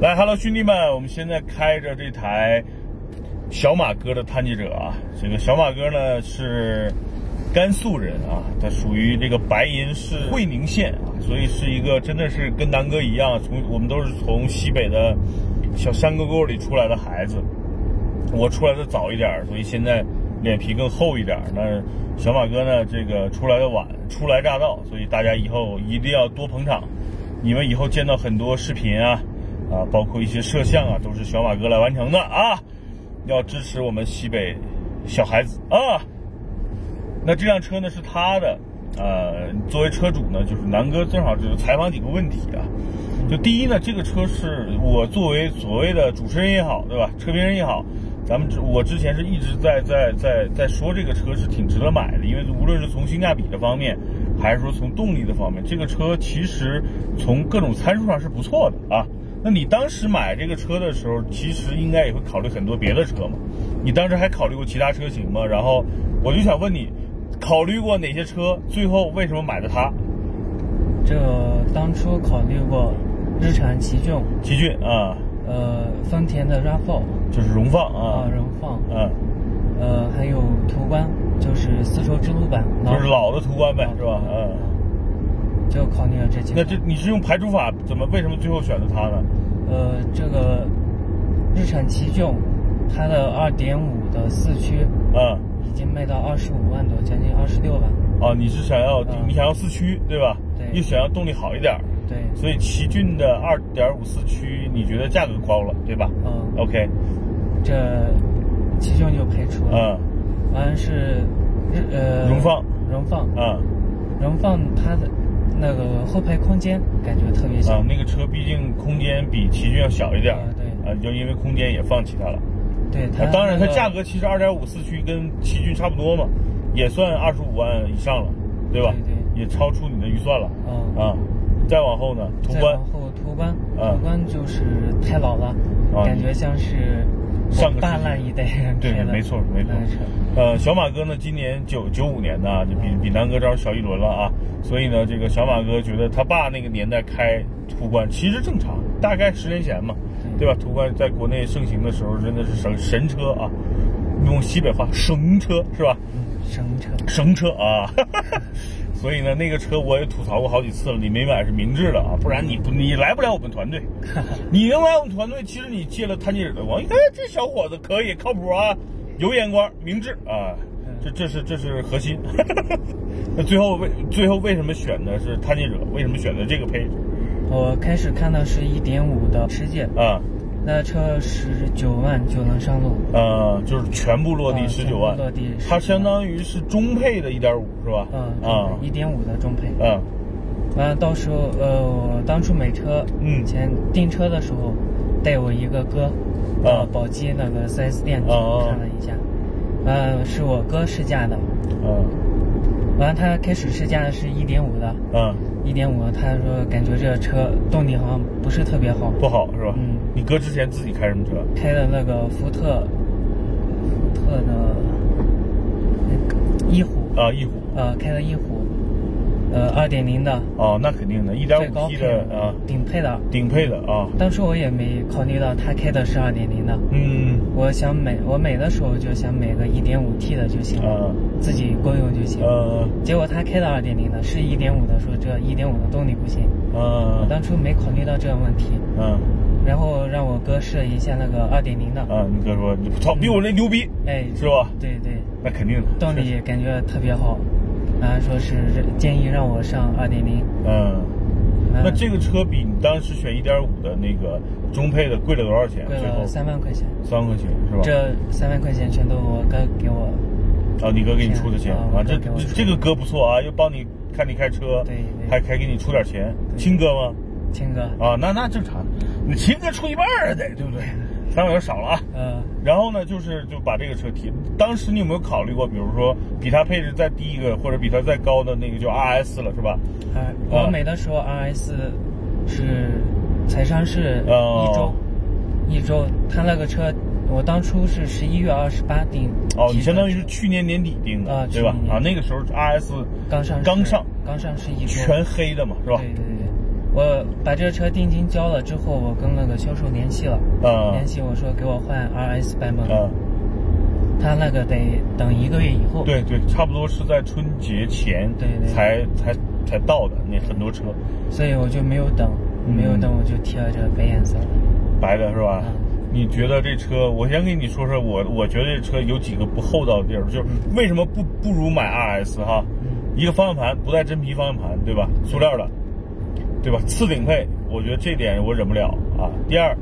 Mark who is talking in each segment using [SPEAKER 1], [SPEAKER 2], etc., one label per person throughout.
[SPEAKER 1] 来，Hello，兄弟们，我们现在开着这台小马哥的探记者啊，这个小马哥呢是甘肃人啊，他属于这个白银市会宁县啊，所以是一个真的是跟南哥一样，从我们都是从西北的小山沟沟里出来的孩子。我出来的早一点儿，所以现在脸皮更厚一点儿。那小马哥呢，这个出来的晚，初来乍到，所以大家以后一定要多捧场。你们以后见到很多视频啊，啊，包括一些摄像啊，都是小马哥来完成的啊。要支持我们西北小孩子啊。那这辆车呢是他的，呃，作为车主呢，就是南哥正好就是采访几个问题啊。就第一呢，这个车是我作为所谓的主持人也好，对吧？车评人也好，咱们之我之前是一直在在在在说这个车是挺值得买的，因为无论是从性价比的方面，还是说从动力的方面，这个车其实从各种参数上是不错的啊。那你当时买这个车的时候，其实应该也会考虑很多别的车嘛？你当时还考虑过其他车型吗？然后我就想问你，考虑过哪些车？最后为什么买的它？
[SPEAKER 2] 这当初考虑过日产奇骏，
[SPEAKER 1] 奇骏啊，
[SPEAKER 2] 呃，丰田的 RAV4
[SPEAKER 1] 就是荣放啊，，
[SPEAKER 2] 啊荣放，
[SPEAKER 1] 嗯，
[SPEAKER 2] 呃，还有途观，就是丝绸之路版，
[SPEAKER 1] 就是老的途观呗，是吧？嗯，
[SPEAKER 2] 就考虑了这几
[SPEAKER 1] 那
[SPEAKER 2] 款。
[SPEAKER 1] 这你是用排除法怎么？为什么最后选择它呢？
[SPEAKER 2] 呃，这个日产奇骏，它的2.5的四驱
[SPEAKER 1] 啊
[SPEAKER 2] 已经卖到二十五万多，将近二十六万。
[SPEAKER 1] 啊，你是想要
[SPEAKER 2] 嗯
[SPEAKER 1] 你想要四驱对吧？
[SPEAKER 2] 对
[SPEAKER 1] 又想要动力好一点儿，
[SPEAKER 2] 对，
[SPEAKER 1] 所以奇骏的二点五四驱你觉得价格高了对吧
[SPEAKER 2] 嗯、
[SPEAKER 1] ？OK，
[SPEAKER 2] 这奇骏就排除了。
[SPEAKER 1] 嗯
[SPEAKER 2] 完、是日呃
[SPEAKER 1] 荣放，
[SPEAKER 2] 荣放，
[SPEAKER 1] 嗯。
[SPEAKER 2] 荣放它的那个后排空间感觉特别小。
[SPEAKER 1] 啊，那个车毕竟空间比奇骏要小一点儿
[SPEAKER 2] 嗯啊，对
[SPEAKER 1] 啊，你就因为空间也放弃它了。
[SPEAKER 2] 对它、
[SPEAKER 1] 啊当然，它
[SPEAKER 2] 那个
[SPEAKER 1] 价格其实二点五四驱跟奇骏差不多嘛，也算二十五万以上了，对吧？
[SPEAKER 2] 对
[SPEAKER 1] 也超出你的预算了。
[SPEAKER 2] 嗯
[SPEAKER 1] 啊，再往后呢，途
[SPEAKER 2] 再
[SPEAKER 1] 观
[SPEAKER 2] 往后途观，
[SPEAKER 1] 啊
[SPEAKER 2] 途观就是太老了，
[SPEAKER 1] 啊
[SPEAKER 2] 感觉像是
[SPEAKER 1] 上个
[SPEAKER 2] 大
[SPEAKER 1] 世纪
[SPEAKER 2] 烂一代人
[SPEAKER 1] 对
[SPEAKER 2] 开
[SPEAKER 1] 对，
[SPEAKER 2] 的
[SPEAKER 1] 没错没错
[SPEAKER 2] 那个车。
[SPEAKER 1] 呃，小马哥呢，今年九九五年的，就比比南哥正好小一轮了啊。所以呢，这个小马哥觉得他爸那个年代开途观其实正常，大概十年前嘛，对吧？途观在国内盛行的时候真的是神神车啊，用西北话神车是吧？
[SPEAKER 2] 神嗯车，
[SPEAKER 1] 神车啊。所以呢，那个车我也吐槽过好几次了，你没买是明智的啊，不然你不你来不了我们团 队，你能来我们团队，其实你借了探记者的光，你看这小伙子可以靠谱啊，有眼光，明智啊，这这是这是核心。那最后为啊最后为什么选的是探记者？为什么选择这个配置
[SPEAKER 2] 我开始看的是1.5的世界，
[SPEAKER 1] 啊？
[SPEAKER 2] 那车十九万就能上路。
[SPEAKER 1] 呃，就是全部落地
[SPEAKER 2] 啊
[SPEAKER 1] 十
[SPEAKER 2] 全
[SPEAKER 1] 九
[SPEAKER 2] 部
[SPEAKER 1] 万，
[SPEAKER 2] 落地19
[SPEAKER 1] 它
[SPEAKER 2] 万
[SPEAKER 1] 相当于是中配的一点五是吧？
[SPEAKER 2] 嗯，
[SPEAKER 1] 啊
[SPEAKER 2] 一点五的中配。
[SPEAKER 1] 嗯
[SPEAKER 2] 完了，到时候呃，我当初买车，
[SPEAKER 1] 嗯
[SPEAKER 2] 前订车的时候，带我一个哥，
[SPEAKER 1] 啊
[SPEAKER 2] 到宝鸡那个 4S 店去
[SPEAKER 1] 啊啊
[SPEAKER 2] 看了一下，呃，是我哥试驾的，
[SPEAKER 1] 嗯
[SPEAKER 2] 完了他开始试驾的是一点五的，
[SPEAKER 1] 嗯，
[SPEAKER 2] 一点五，他说感觉这车动力好像不是特别好，
[SPEAKER 1] 不好是吧？
[SPEAKER 2] 嗯
[SPEAKER 1] 你哥之前自己开什么车？
[SPEAKER 2] 开的那个福特，福特的那个一虎，
[SPEAKER 1] 啊，翼虎
[SPEAKER 2] 呃，开的一虎，呃，二点零的，
[SPEAKER 1] 啊，那肯定的，一点
[SPEAKER 2] 最
[SPEAKER 1] 五
[SPEAKER 2] 高
[SPEAKER 1] T
[SPEAKER 2] 配
[SPEAKER 1] 的
[SPEAKER 2] 的
[SPEAKER 1] 啊，
[SPEAKER 2] 顶配的，
[SPEAKER 1] 顶配的啊，
[SPEAKER 2] 当初我也没考虑到它开的是2.0的，
[SPEAKER 1] 嗯
[SPEAKER 2] 我想买，我买的时候就想买个 1.5T 的就行了，
[SPEAKER 1] 啊
[SPEAKER 2] 自己够用就行。
[SPEAKER 1] 呃
[SPEAKER 2] 结果它开的2.0的，是1.5的，说这1.5的动力不行。我
[SPEAKER 1] 呃
[SPEAKER 2] 当初没考虑到这个问题，
[SPEAKER 1] 嗯
[SPEAKER 2] 然后让我哥试了一下那个2.0的，
[SPEAKER 1] 啊，你哥说你操比我那牛逼
[SPEAKER 2] 哎，
[SPEAKER 1] 是吧？
[SPEAKER 2] 对对，
[SPEAKER 1] 那肯定的，
[SPEAKER 2] 动
[SPEAKER 1] 确实
[SPEAKER 2] 力感觉特别好，啊，说是建议让我上2.0。
[SPEAKER 1] 嗯。
[SPEAKER 2] 嗯
[SPEAKER 1] 那这个车比你当时选一点五的那个中配的贵了多少钱？
[SPEAKER 2] 贵
[SPEAKER 1] 最后
[SPEAKER 2] 了三万块钱，
[SPEAKER 1] 三块钱是吧？
[SPEAKER 2] 这三万块钱全都我哥给我，
[SPEAKER 1] 啊，你哥给你出的钱
[SPEAKER 2] 啊
[SPEAKER 1] 啊，这
[SPEAKER 2] 给我
[SPEAKER 1] 这
[SPEAKER 2] 出
[SPEAKER 1] 这个哥不错啊，又帮你看你开车，
[SPEAKER 2] 对对
[SPEAKER 1] 还还给你出点钱，亲哥吗？
[SPEAKER 2] 亲哥，
[SPEAKER 1] 啊，那那正常，你亲哥出一半儿啊得，对不对？三百有点少了啊。
[SPEAKER 2] 呃，
[SPEAKER 1] 然后呢，就是就把这个车提。当时你有没有考虑过，比如说比它配置再低一个，或者比它再高的那个就 RS 了，是吧？
[SPEAKER 2] R，
[SPEAKER 1] 啊
[SPEAKER 2] 我买的时候 RS 是才上市
[SPEAKER 1] 哦
[SPEAKER 2] 一周，一周，他那个车我当初是十一月二十八订，
[SPEAKER 1] 哦，你相当于是去年年底定的，
[SPEAKER 2] 啊
[SPEAKER 1] 对吧
[SPEAKER 2] 去？年
[SPEAKER 1] 啊，那个时候 RS
[SPEAKER 2] 刚上市
[SPEAKER 1] 刚上
[SPEAKER 2] 刚上市一周，
[SPEAKER 1] 全黑的嘛，是吧？
[SPEAKER 2] 对对对，我把这个车定金交了之后，我跟那个销售联系了，
[SPEAKER 1] 啊
[SPEAKER 2] 联系我说给我换 RS 版本，
[SPEAKER 1] 啊，
[SPEAKER 2] 他那个得等一个月以后。
[SPEAKER 1] 对对，差不多是在春节前
[SPEAKER 2] 对对
[SPEAKER 1] 才才才到的，那很多车
[SPEAKER 2] 所以我就没有等，
[SPEAKER 1] 嗯
[SPEAKER 2] 没有等，我就贴了这个白颜色。
[SPEAKER 1] 白的是吧
[SPEAKER 2] 嗯？
[SPEAKER 1] 你觉得这车？我先跟你说说我，我觉得这车有几个不厚道的地儿，就是为什么不不如买 RS 哈？
[SPEAKER 2] 嗯
[SPEAKER 1] 一个方向盘不带真皮方向盘，对吧？塑料的，对吧？次顶配，我觉得这点我忍不了啊。第二，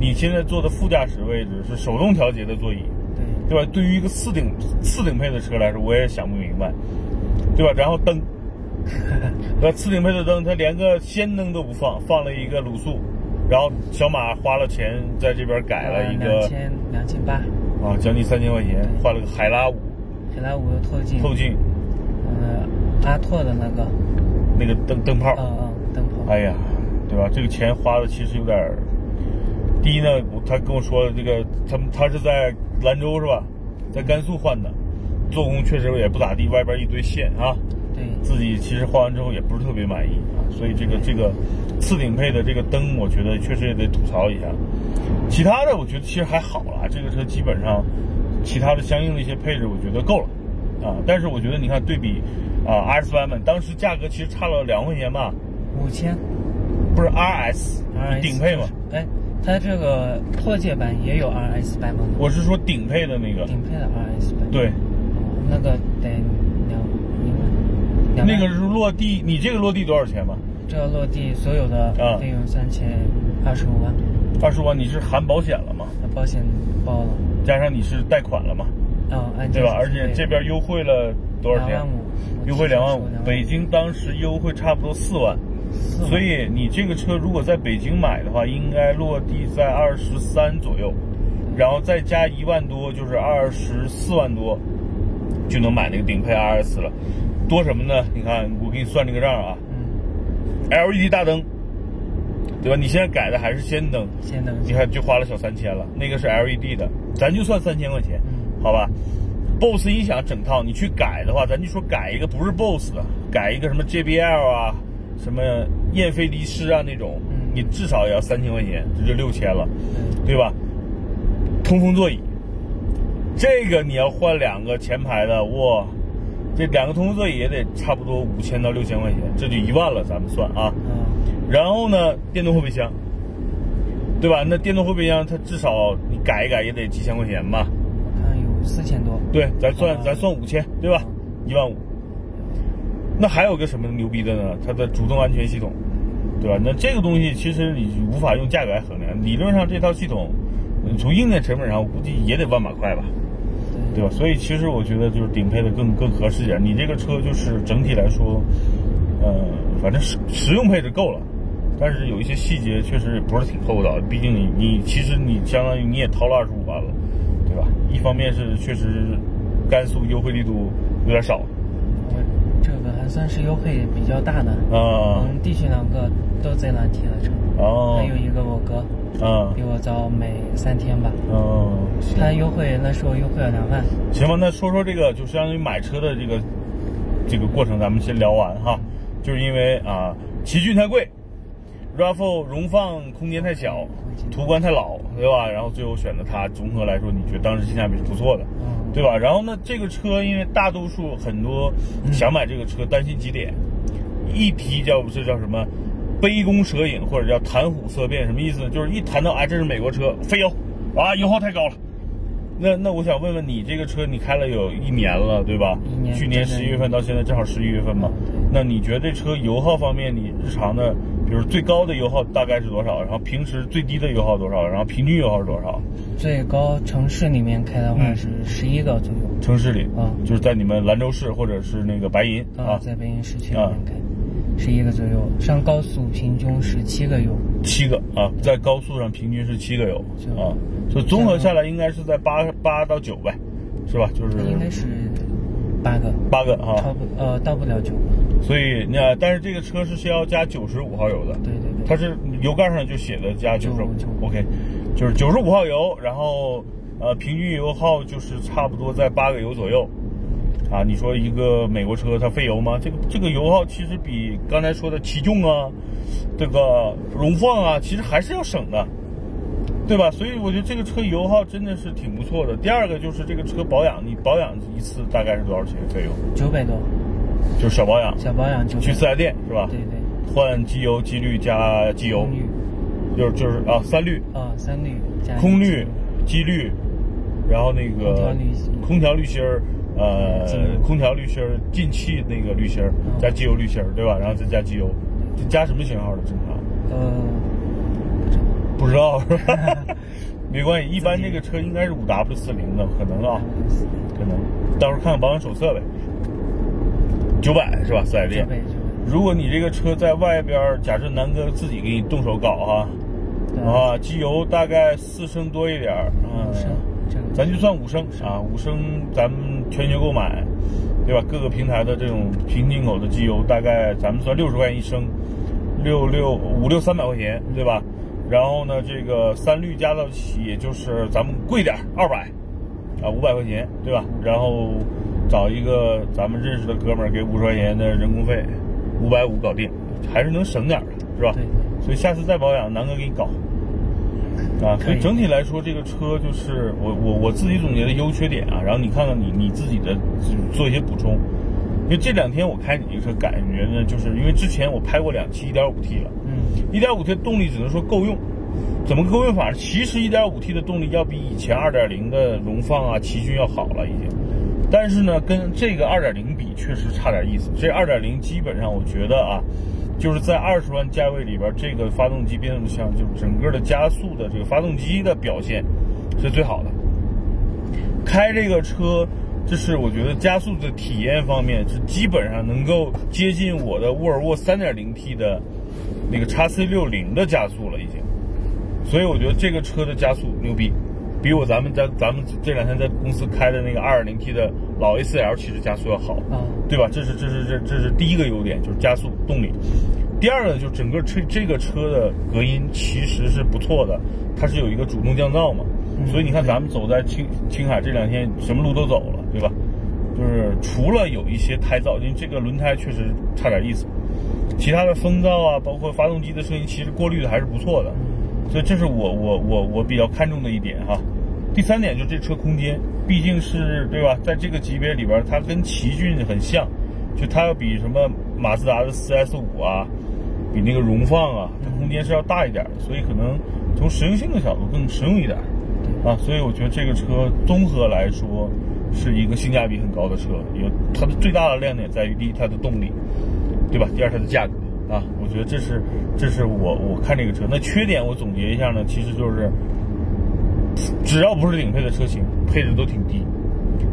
[SPEAKER 1] 你现在坐的副驾驶位置是手动调节的座椅，
[SPEAKER 2] 对，
[SPEAKER 1] 对吧？对于一个次顶次顶配的车来说，我也想不明白，对吧？然后灯， 呃，次顶配的灯它连个氙灯都不放，放了一个卤素，然后小马花了钱在这边改了一个
[SPEAKER 2] 两千两千八，
[SPEAKER 1] 啊，将近三千块钱，换了个海拉五
[SPEAKER 2] 海拉五又透镜，
[SPEAKER 1] 透镜
[SPEAKER 2] 呃，阿拓的那个，
[SPEAKER 1] 那个灯灯泡，
[SPEAKER 2] 嗯嗯，灯泡，
[SPEAKER 1] 哎呀，对吧？这个钱花的其实有点儿。第一呢，我他跟我说这个，他们他是在兰州是吧，在甘肃换的，做工确实也不咋地，外边一堆线啊。
[SPEAKER 2] 对，
[SPEAKER 1] 自己其实换完之后也不是特别满意啊，所以这个这个次顶配的这个灯，我觉得确实也得吐槽一下。其他的我觉得其实还好啦，这个车基本上其他的相应的一些配置我觉得够了啊。但是我觉得你看对比啊 R S 版本，当时价格其实差了两块钱吧，
[SPEAKER 2] 五千
[SPEAKER 1] 不是 R S
[SPEAKER 2] RS
[SPEAKER 1] 顶配嘛
[SPEAKER 2] 就？是哎，它这个拓界版也有 RS 版本吗，
[SPEAKER 1] 我是说顶配的那个，
[SPEAKER 2] 顶配的 RS 版，
[SPEAKER 1] 对，
[SPEAKER 2] 哦，那个得两一万，两万
[SPEAKER 1] 那个是落地，你这个落地多少钱吧？
[SPEAKER 2] 这个落地所有的
[SPEAKER 1] 啊
[SPEAKER 2] 费用三千二十五万，
[SPEAKER 1] 二十万，你是含保险了吗？
[SPEAKER 2] 那保险包了，
[SPEAKER 1] 加上你是贷款了吗？
[SPEAKER 2] 哦，按
[SPEAKER 1] 对吧？而
[SPEAKER 2] 自
[SPEAKER 1] 且
[SPEAKER 2] 费
[SPEAKER 1] 这边优惠了多少钱？
[SPEAKER 2] 两万五
[SPEAKER 1] 优惠两万五
[SPEAKER 2] 我记得是两万。五
[SPEAKER 1] 北京当时优惠差不多四万，
[SPEAKER 2] 四万
[SPEAKER 1] 所以你这个车如果在北京买的话，应该落地在二十三左右，然后再加一万多，就是二十四万多，就能买那个顶配 RS 了。多什么呢？你看，我给你算这个账啊
[SPEAKER 2] 嗯，
[SPEAKER 1] ，LED 大灯，对吧？你现在改的还是氙灯，
[SPEAKER 2] 先等一
[SPEAKER 1] 你
[SPEAKER 2] 下，
[SPEAKER 1] 看就花了小三千了，那个是 LED 的，咱就算三千块钱，
[SPEAKER 2] 嗯
[SPEAKER 1] 好吧？BOSS 音响整套你去改的话，咱就说改一个不是 BOSS 的，改一个什么 JBL 啊，什么燕飞迪诗啊那种，
[SPEAKER 2] 嗯
[SPEAKER 1] 你至少也要三千块钱，这就六千了，
[SPEAKER 2] 对
[SPEAKER 1] 对吧？通风座椅，这个你要换两个前排的，哇，这两个通风座椅也得差不多五千到六千块钱，这就一万了，咱们算啊。
[SPEAKER 2] 啊，
[SPEAKER 1] 然后呢，电动后备箱，对吧？那电动后备箱它至少你改一改也得几千块钱吧？
[SPEAKER 2] 我看有四千多，
[SPEAKER 1] 对，咱算、
[SPEAKER 2] 啊
[SPEAKER 1] 咱算五千，对吧？一万五。那还有个什么牛逼的呢？它的主动安全系统，对吧？那这个东西其实你无法用价格来衡量。理论上这套系统，嗯从硬件成本上，我估计也得万把块吧。对吧？所以其实我觉得就是顶配的更更合适一点。你这个车就是整体来说，呃，反正实实用配置够了，但是有一些细节确实不是挺厚道。毕竟你你其实你相当于你也掏了二十五万了，对吧？一方面是确实甘肃优惠力度有点少
[SPEAKER 2] 我这个还算是优惠比较大的。我
[SPEAKER 1] 啊，
[SPEAKER 2] 们弟兄两个都在那提了车，
[SPEAKER 1] 哦
[SPEAKER 2] 还有一个我哥，
[SPEAKER 1] 啊
[SPEAKER 2] 比我早每三天吧。
[SPEAKER 1] 哦，
[SPEAKER 2] 他优惠那时候优惠了两万，
[SPEAKER 1] 行吧，那说说这个，就相当于买车的这个这个过程，咱们先聊完哈。就是因为啊，奇骏太贵，RAV4 荣放空间太小，途观太老，对吧？然后最后选择它，综合来说，你觉得当时性价比是不错的，
[SPEAKER 2] 嗯，
[SPEAKER 1] 对吧？然后呢，这个车因为大多数很多
[SPEAKER 2] 嗯
[SPEAKER 1] 想买这个车担心几点，一提叫这叫什么杯弓蛇影或者叫谈虎色变，什么意思呢？就是一谈到啊这是美国车，非油啊油耗太高了。那那我想问问你，这个车你开了有一年了，对吧？
[SPEAKER 2] 一年
[SPEAKER 1] 去年
[SPEAKER 2] 对对
[SPEAKER 1] 十一月份到现在正好十一月份嘛。那你觉得这车油耗方面，你日常的，比如最高的油耗大概是多少？然后平时最低的油耗多少？然后平均油耗是多少？
[SPEAKER 2] 最高城市里面开的话
[SPEAKER 1] 嗯
[SPEAKER 2] 是十一个左右，
[SPEAKER 1] 城市里，
[SPEAKER 2] 啊
[SPEAKER 1] 就是在你们兰州市或者是那个白银
[SPEAKER 2] 啊，
[SPEAKER 1] 啊，
[SPEAKER 2] 在北京市区里面开，十一个左右，上高速平均十七个有，
[SPEAKER 1] 七个啊，在高速上平均是七个油
[SPEAKER 2] 是
[SPEAKER 1] 啊，所以综合下来应该是在八八到九呗，是吧？就是
[SPEAKER 2] 应该是八个，
[SPEAKER 1] 八个
[SPEAKER 2] 超
[SPEAKER 1] 啊，
[SPEAKER 2] 不呃到不了九个，
[SPEAKER 1] 所以那但是这个车是需要加九十五号油的，
[SPEAKER 2] 对对
[SPEAKER 1] 它
[SPEAKER 2] 对，
[SPEAKER 1] 是油盖上就写的加九十五
[SPEAKER 2] 就
[SPEAKER 1] ，OK，就是九十五号油，然后呃平均油耗就是差不多在八个油左右。啊，你说一个美国车它费油吗？这个这个油耗其实比刚才说的奇骏啊，这个荣放啊，其实还是要省的，对吧？所以我觉得这个车油耗真的是挺不错的。第二个就是这个车保养，你保养一次大概是多少钱费用？
[SPEAKER 2] 九百多，
[SPEAKER 1] 就是小保养，
[SPEAKER 2] 小保养九百
[SPEAKER 1] 去四 S 店是吧？
[SPEAKER 2] 对对，
[SPEAKER 1] 换机油、机滤加机油
[SPEAKER 2] 空，滤
[SPEAKER 1] 就是就是啊三滤、
[SPEAKER 2] 啊，三滤加
[SPEAKER 1] 空滤、机滤，然后那
[SPEAKER 2] 空调
[SPEAKER 1] 个
[SPEAKER 2] 滤芯
[SPEAKER 1] 空调滤芯儿。呃
[SPEAKER 2] 进气，
[SPEAKER 1] 空调滤芯儿、进气那个滤芯儿
[SPEAKER 2] 嗯
[SPEAKER 1] 加机油滤芯儿，对吧？然后再加机油，这加什么型号的正常？
[SPEAKER 2] 呃，
[SPEAKER 1] 不知 道是吧？没关系，一般这个车应该是五 W 四零的，可能啊，可能到时候看看保养手册呗。九百是吧？四 S
[SPEAKER 2] 九
[SPEAKER 1] 店。
[SPEAKER 2] 百九
[SPEAKER 1] 如果你这个车在外边儿，假设南哥自己给你动手搞哈、
[SPEAKER 2] 百，
[SPEAKER 1] 啊，机油大概四升多一点儿，嗯、
[SPEAKER 2] 五升，这个
[SPEAKER 1] 咱就算五升啊，五升咱们全球购买，对吧？各个平台的这种平进口的机油，大概咱们算六十块钱一升，六六五六三百块钱，对吧？然后呢，这个三氯加到一起，也就是咱们贵点二百，啊五百块钱，对吧？然后找一个咱们认识的哥们儿给五十块钱的人工费，五百五搞定，还是能省点儿的，是吧？
[SPEAKER 2] 对
[SPEAKER 1] 所以下次再保养，南哥给你搞。啊，所
[SPEAKER 2] 可
[SPEAKER 1] 以
[SPEAKER 2] 以
[SPEAKER 1] 整体来说，这个车就是我我我自己总结的优缺点啊，然后你看看你你自己的做一些补充，因为这两天我开你这个车，感觉呢，就是因为之前我拍过两期 1.5T 了
[SPEAKER 2] 嗯，
[SPEAKER 1] ，1.5T 动力只能说够用，怎么够用法呢？其实 1.5T 的动力要比以前2.0的荣放啊、奇骏要好了已经，但是呢，跟这个2.0比确实差点意思。这2.0基本上我觉得啊，就是在二十万价位里边，这个发动机变速箱就是整个的加速的这个发动机的表现是最好的。开这个车，这是我觉得加速的体验方面是基本上能够接近我的沃尔沃 3.0T 的那个 x C60 的加速了已经。所以我觉得这个车的加速牛逼，比我咱们在咱们这两天在公司开的那个 2.0T 的老 A4L 其实加速要好。
[SPEAKER 2] 啊，
[SPEAKER 1] 对吧？这是这是这这是第一个优点，就是加速动力。第二个就是整个车这个车的隔音其实是不错的，它是有一个主动降噪嘛，
[SPEAKER 2] 嗯
[SPEAKER 1] 所以你看咱们走在青青海这两天什么路都走了，对吧？就是除了有一些胎噪，因为这个轮胎确实差点意思，其他的风噪啊，包括发动机的声音，其实过滤的还是不错的。所以这是我我我我比较看重的一点哈。第三点就是这车空间，毕竟是对吧，在这个级别里边儿，它跟奇骏很像，就它要比什么马自达的 4S 五啊，比那个荣放啊，它空间是要大一点儿的，所以可能从实用性的角度更实用一点儿啊。所以我觉得这个车综合来说是一个性价比很高的车，有它的最大的亮点在于第一它的动力，对吧？第二，它的价格啊，我觉得这是这是我我看这个车。那缺点我总结一下呢，其实就是只要不是顶配的车型，配置都挺低。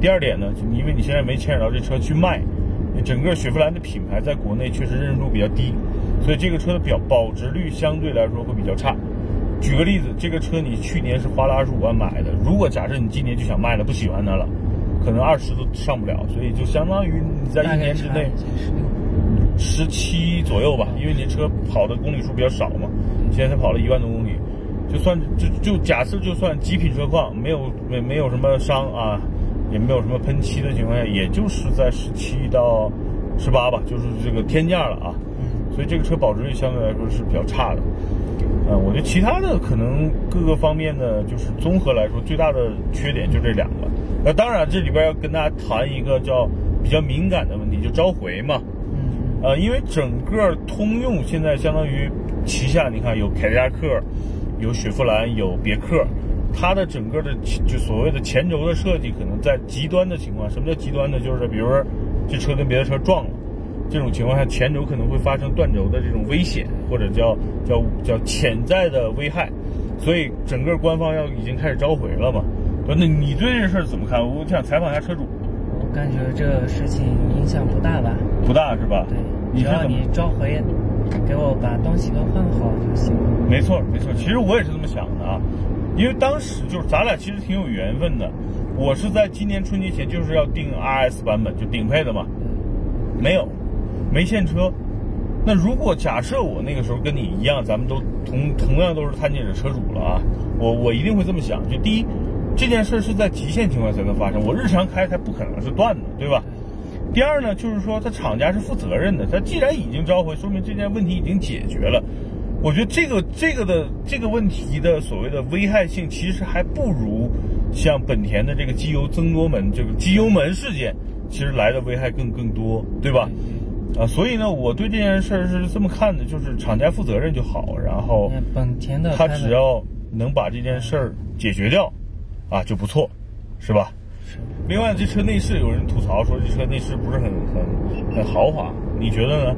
[SPEAKER 1] 第二点呢，就因为你现在没牵扯到这车去卖，整个雪佛兰的品牌在国内确实认知度比较低，所以这个车的表保值率相对来说会比较差。举个例子，这个车你去年是花了二十五万买的，如果假设你今年就想卖了，不喜欢它了，可能二十都上不了，所以就相当于你在一年之内，十七左右吧，因为你车跑的公里数比较少嘛，现在才跑了一万多公里，就算就就假设就算极品车况，没有没没有什么伤啊，也没有什么喷漆的情况下，也就是在十七到十八吧，就是这个天价了啊，所以这个车保值率相对来说是比较差的。嗯，我觉得其他的可能各个方面呢，就是综合来说，最大的缺点就这两个。那当然，这里边要跟大家谈一个叫比较敏感的问题，就召回嘛。
[SPEAKER 2] 嗯，
[SPEAKER 1] 呃，因为整个通用现在相当于旗下，你看有凯迪拉克，有雪佛兰，有别克，它的整个的其就所谓的前轴的设计，可能在极端的情况，什么叫极端呢？就是比如说这车跟别的车撞了，这种情况下前轴可能会发生断轴的这种危险，或者叫叫叫潜在的危害，所以整个官方要已经开始召回了嘛。那你对这事儿怎么看？我想采访一下车主，
[SPEAKER 2] 我感觉这个事情影响不大吧？
[SPEAKER 1] 不大是吧？
[SPEAKER 2] 对，
[SPEAKER 1] 你
[SPEAKER 2] 只
[SPEAKER 1] 是
[SPEAKER 2] 要
[SPEAKER 1] 怎么
[SPEAKER 2] 你召回，给我把东西都换好就行了。
[SPEAKER 1] 没错，没错。其实我也是这么想的啊，因为当时就是咱俩其实挺有缘分的。我是在今年春节前就是要订 RS 版本，就顶配的嘛，没有，没现车。那如果假设我那个时候跟你一样，咱们都同同样都是探界者车主了啊，我我一定会这么想。就第一，这件事是在极限情况下才能发生，我日常开它不可能是断的，对吧？第二呢，就是说它厂家是负责任的，它既然已经召回，说明这件问题已经解决了。我觉得这个这个的这个问题的所谓的危害性，其实还不如像本田的这个机油增多门这个机油门事件，其实来的危害更更多，对吧？
[SPEAKER 2] 嗯
[SPEAKER 1] 啊，所以呢，我对这件事儿是这么看的，就是厂家负责任就好，然后
[SPEAKER 2] 嗯那本田的
[SPEAKER 1] 他
[SPEAKER 2] 它的
[SPEAKER 1] 只要能把这件事儿解决掉，啊就不错，是吧？另外，这车内饰有人吐槽说这车内饰不是很很很豪华，你觉得呢？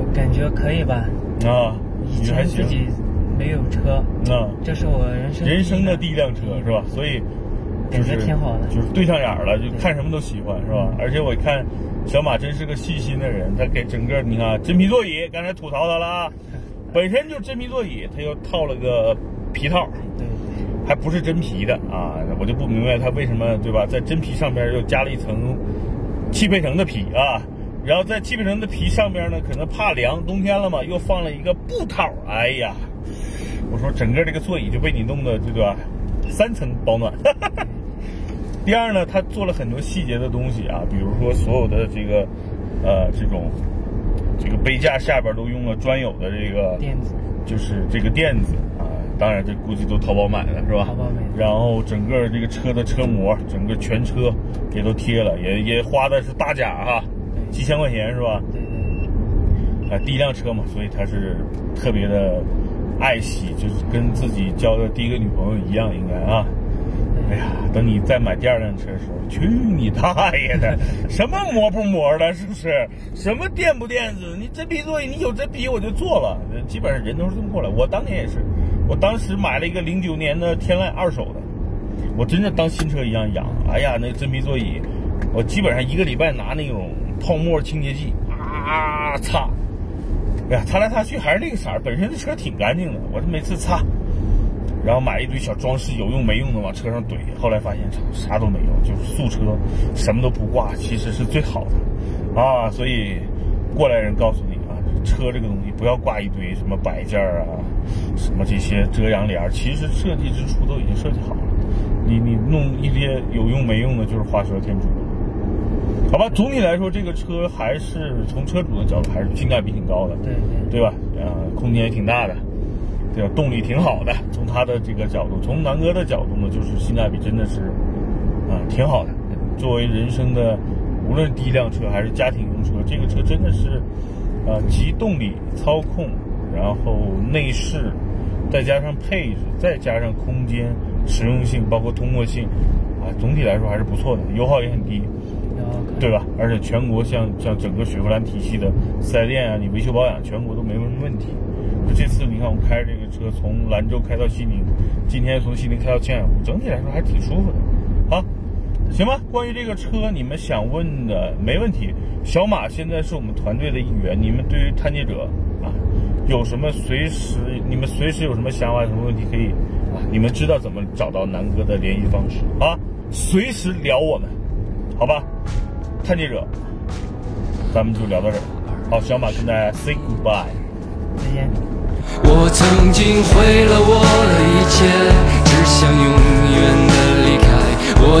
[SPEAKER 2] 我感觉可以吧。
[SPEAKER 1] 啊，
[SPEAKER 2] 以
[SPEAKER 1] 你觉得还
[SPEAKER 2] 前自
[SPEAKER 1] 行。
[SPEAKER 2] 己没有车，
[SPEAKER 1] 啊，
[SPEAKER 2] 这是我人生
[SPEAKER 1] 人生的
[SPEAKER 2] 第
[SPEAKER 1] 第
[SPEAKER 2] 一
[SPEAKER 1] 一辆车是吧？所以就
[SPEAKER 2] 感觉
[SPEAKER 1] 是
[SPEAKER 2] 挺好的嗯
[SPEAKER 1] 就是对上眼儿了，就看什么都喜欢是吧？而且我看小马真是个细心的人，他给整个你看真皮座椅，刚才吐槽他了 啊，本身就是真皮座椅，他又套了个皮套，
[SPEAKER 2] 辆对，
[SPEAKER 1] 还不是真皮的啊，我就不明白他为什么对吧，在真皮上边又加了一层汽配城的皮啊，然后在汽配城的皮上边呢，可能怕凉，冬天了嘛，又放了一个布套，哎呀，我说整个这个座椅就被你弄的对吧，三层保暖。 第二呢，他做了很多细节的东西啊，比如说所有的这个呃这种这个杯架下边都用了专有的这个
[SPEAKER 2] 电子
[SPEAKER 1] 就是这个垫子啊，当然这估计都淘宝买的是吧？
[SPEAKER 2] 淘宝买的
[SPEAKER 1] 然后整个这个车的车模，整个全车也都贴了，也也花的是大价哈，
[SPEAKER 2] 对
[SPEAKER 1] 几千块钱是吧？
[SPEAKER 2] 对对
[SPEAKER 1] 啊，第一辆车嘛，所以他是特别的爱惜，就是跟自己交的第一个女朋友一样，应该啊。哎呀，等你再买第二辆车的时候，去你大爷的！什么磨不磨的，是不是？什么垫不垫子？你真皮座椅，你有真皮我就坐了。呃基本上人都是这么过来。我当年也是，我当时买了一个零九年的天籁二手的，我真的当新车一样养。哎呀，那真皮座椅，我基本上一个礼拜拿那种泡沫清洁剂啊擦，哎呀，擦来擦去还是那个色儿。本身这车挺干净的，我这每次擦，然后买一堆小装饰，有用没用的往车上怼。后来发现啥啥都没有，就是素车，什么都不挂，其实是最好的啊。所以过来人告诉你啊，车这个东西不要挂一堆什么摆件儿啊，什么这些遮阳帘儿，其实设计之初都已经设计好了。你你弄一些有用没用的，就是画蛇添足。好吧，总体来说，这个车还是从车主的角度还是性价比挺高的。
[SPEAKER 2] 对对
[SPEAKER 1] 对吧？呃，空间也挺大的，对吧？动力挺好的。从他的这个角度，从南哥的角度呢，就是性价比真的是，啊、挺好的。作为人生的，无论第一辆车还是家庭用车，这个车真的是，呃，集动力、操控，然后内饰，再加上配置，再加上空间、实用性，包括通过性，啊、总体来说还是不错的，油耗也很低。
[SPEAKER 2] 然后可能
[SPEAKER 1] 对吧？而且全国像像整个雪佛兰体系的四 S 店啊，你维修保养全国都没什么问题。就这次你看我们开着这个车从兰州开到西宁，今天从西宁开到千海湖，整体来说还挺舒服的。啊，行吧，关于这个车你们想问的没问题。小马现在是我们团队的一员，你们对于探界者啊有什么随时你们随时有什么想法、有什么问题可以啊，你们知道怎么找到南哥的联系方式啊，随时聊我们，好吧？探界者，咱们就聊到这儿。好，小马跟大家 say goodbye。
[SPEAKER 2] 再见。
[SPEAKER 3] 我曾经毁了我的一切，只想永远的离开。我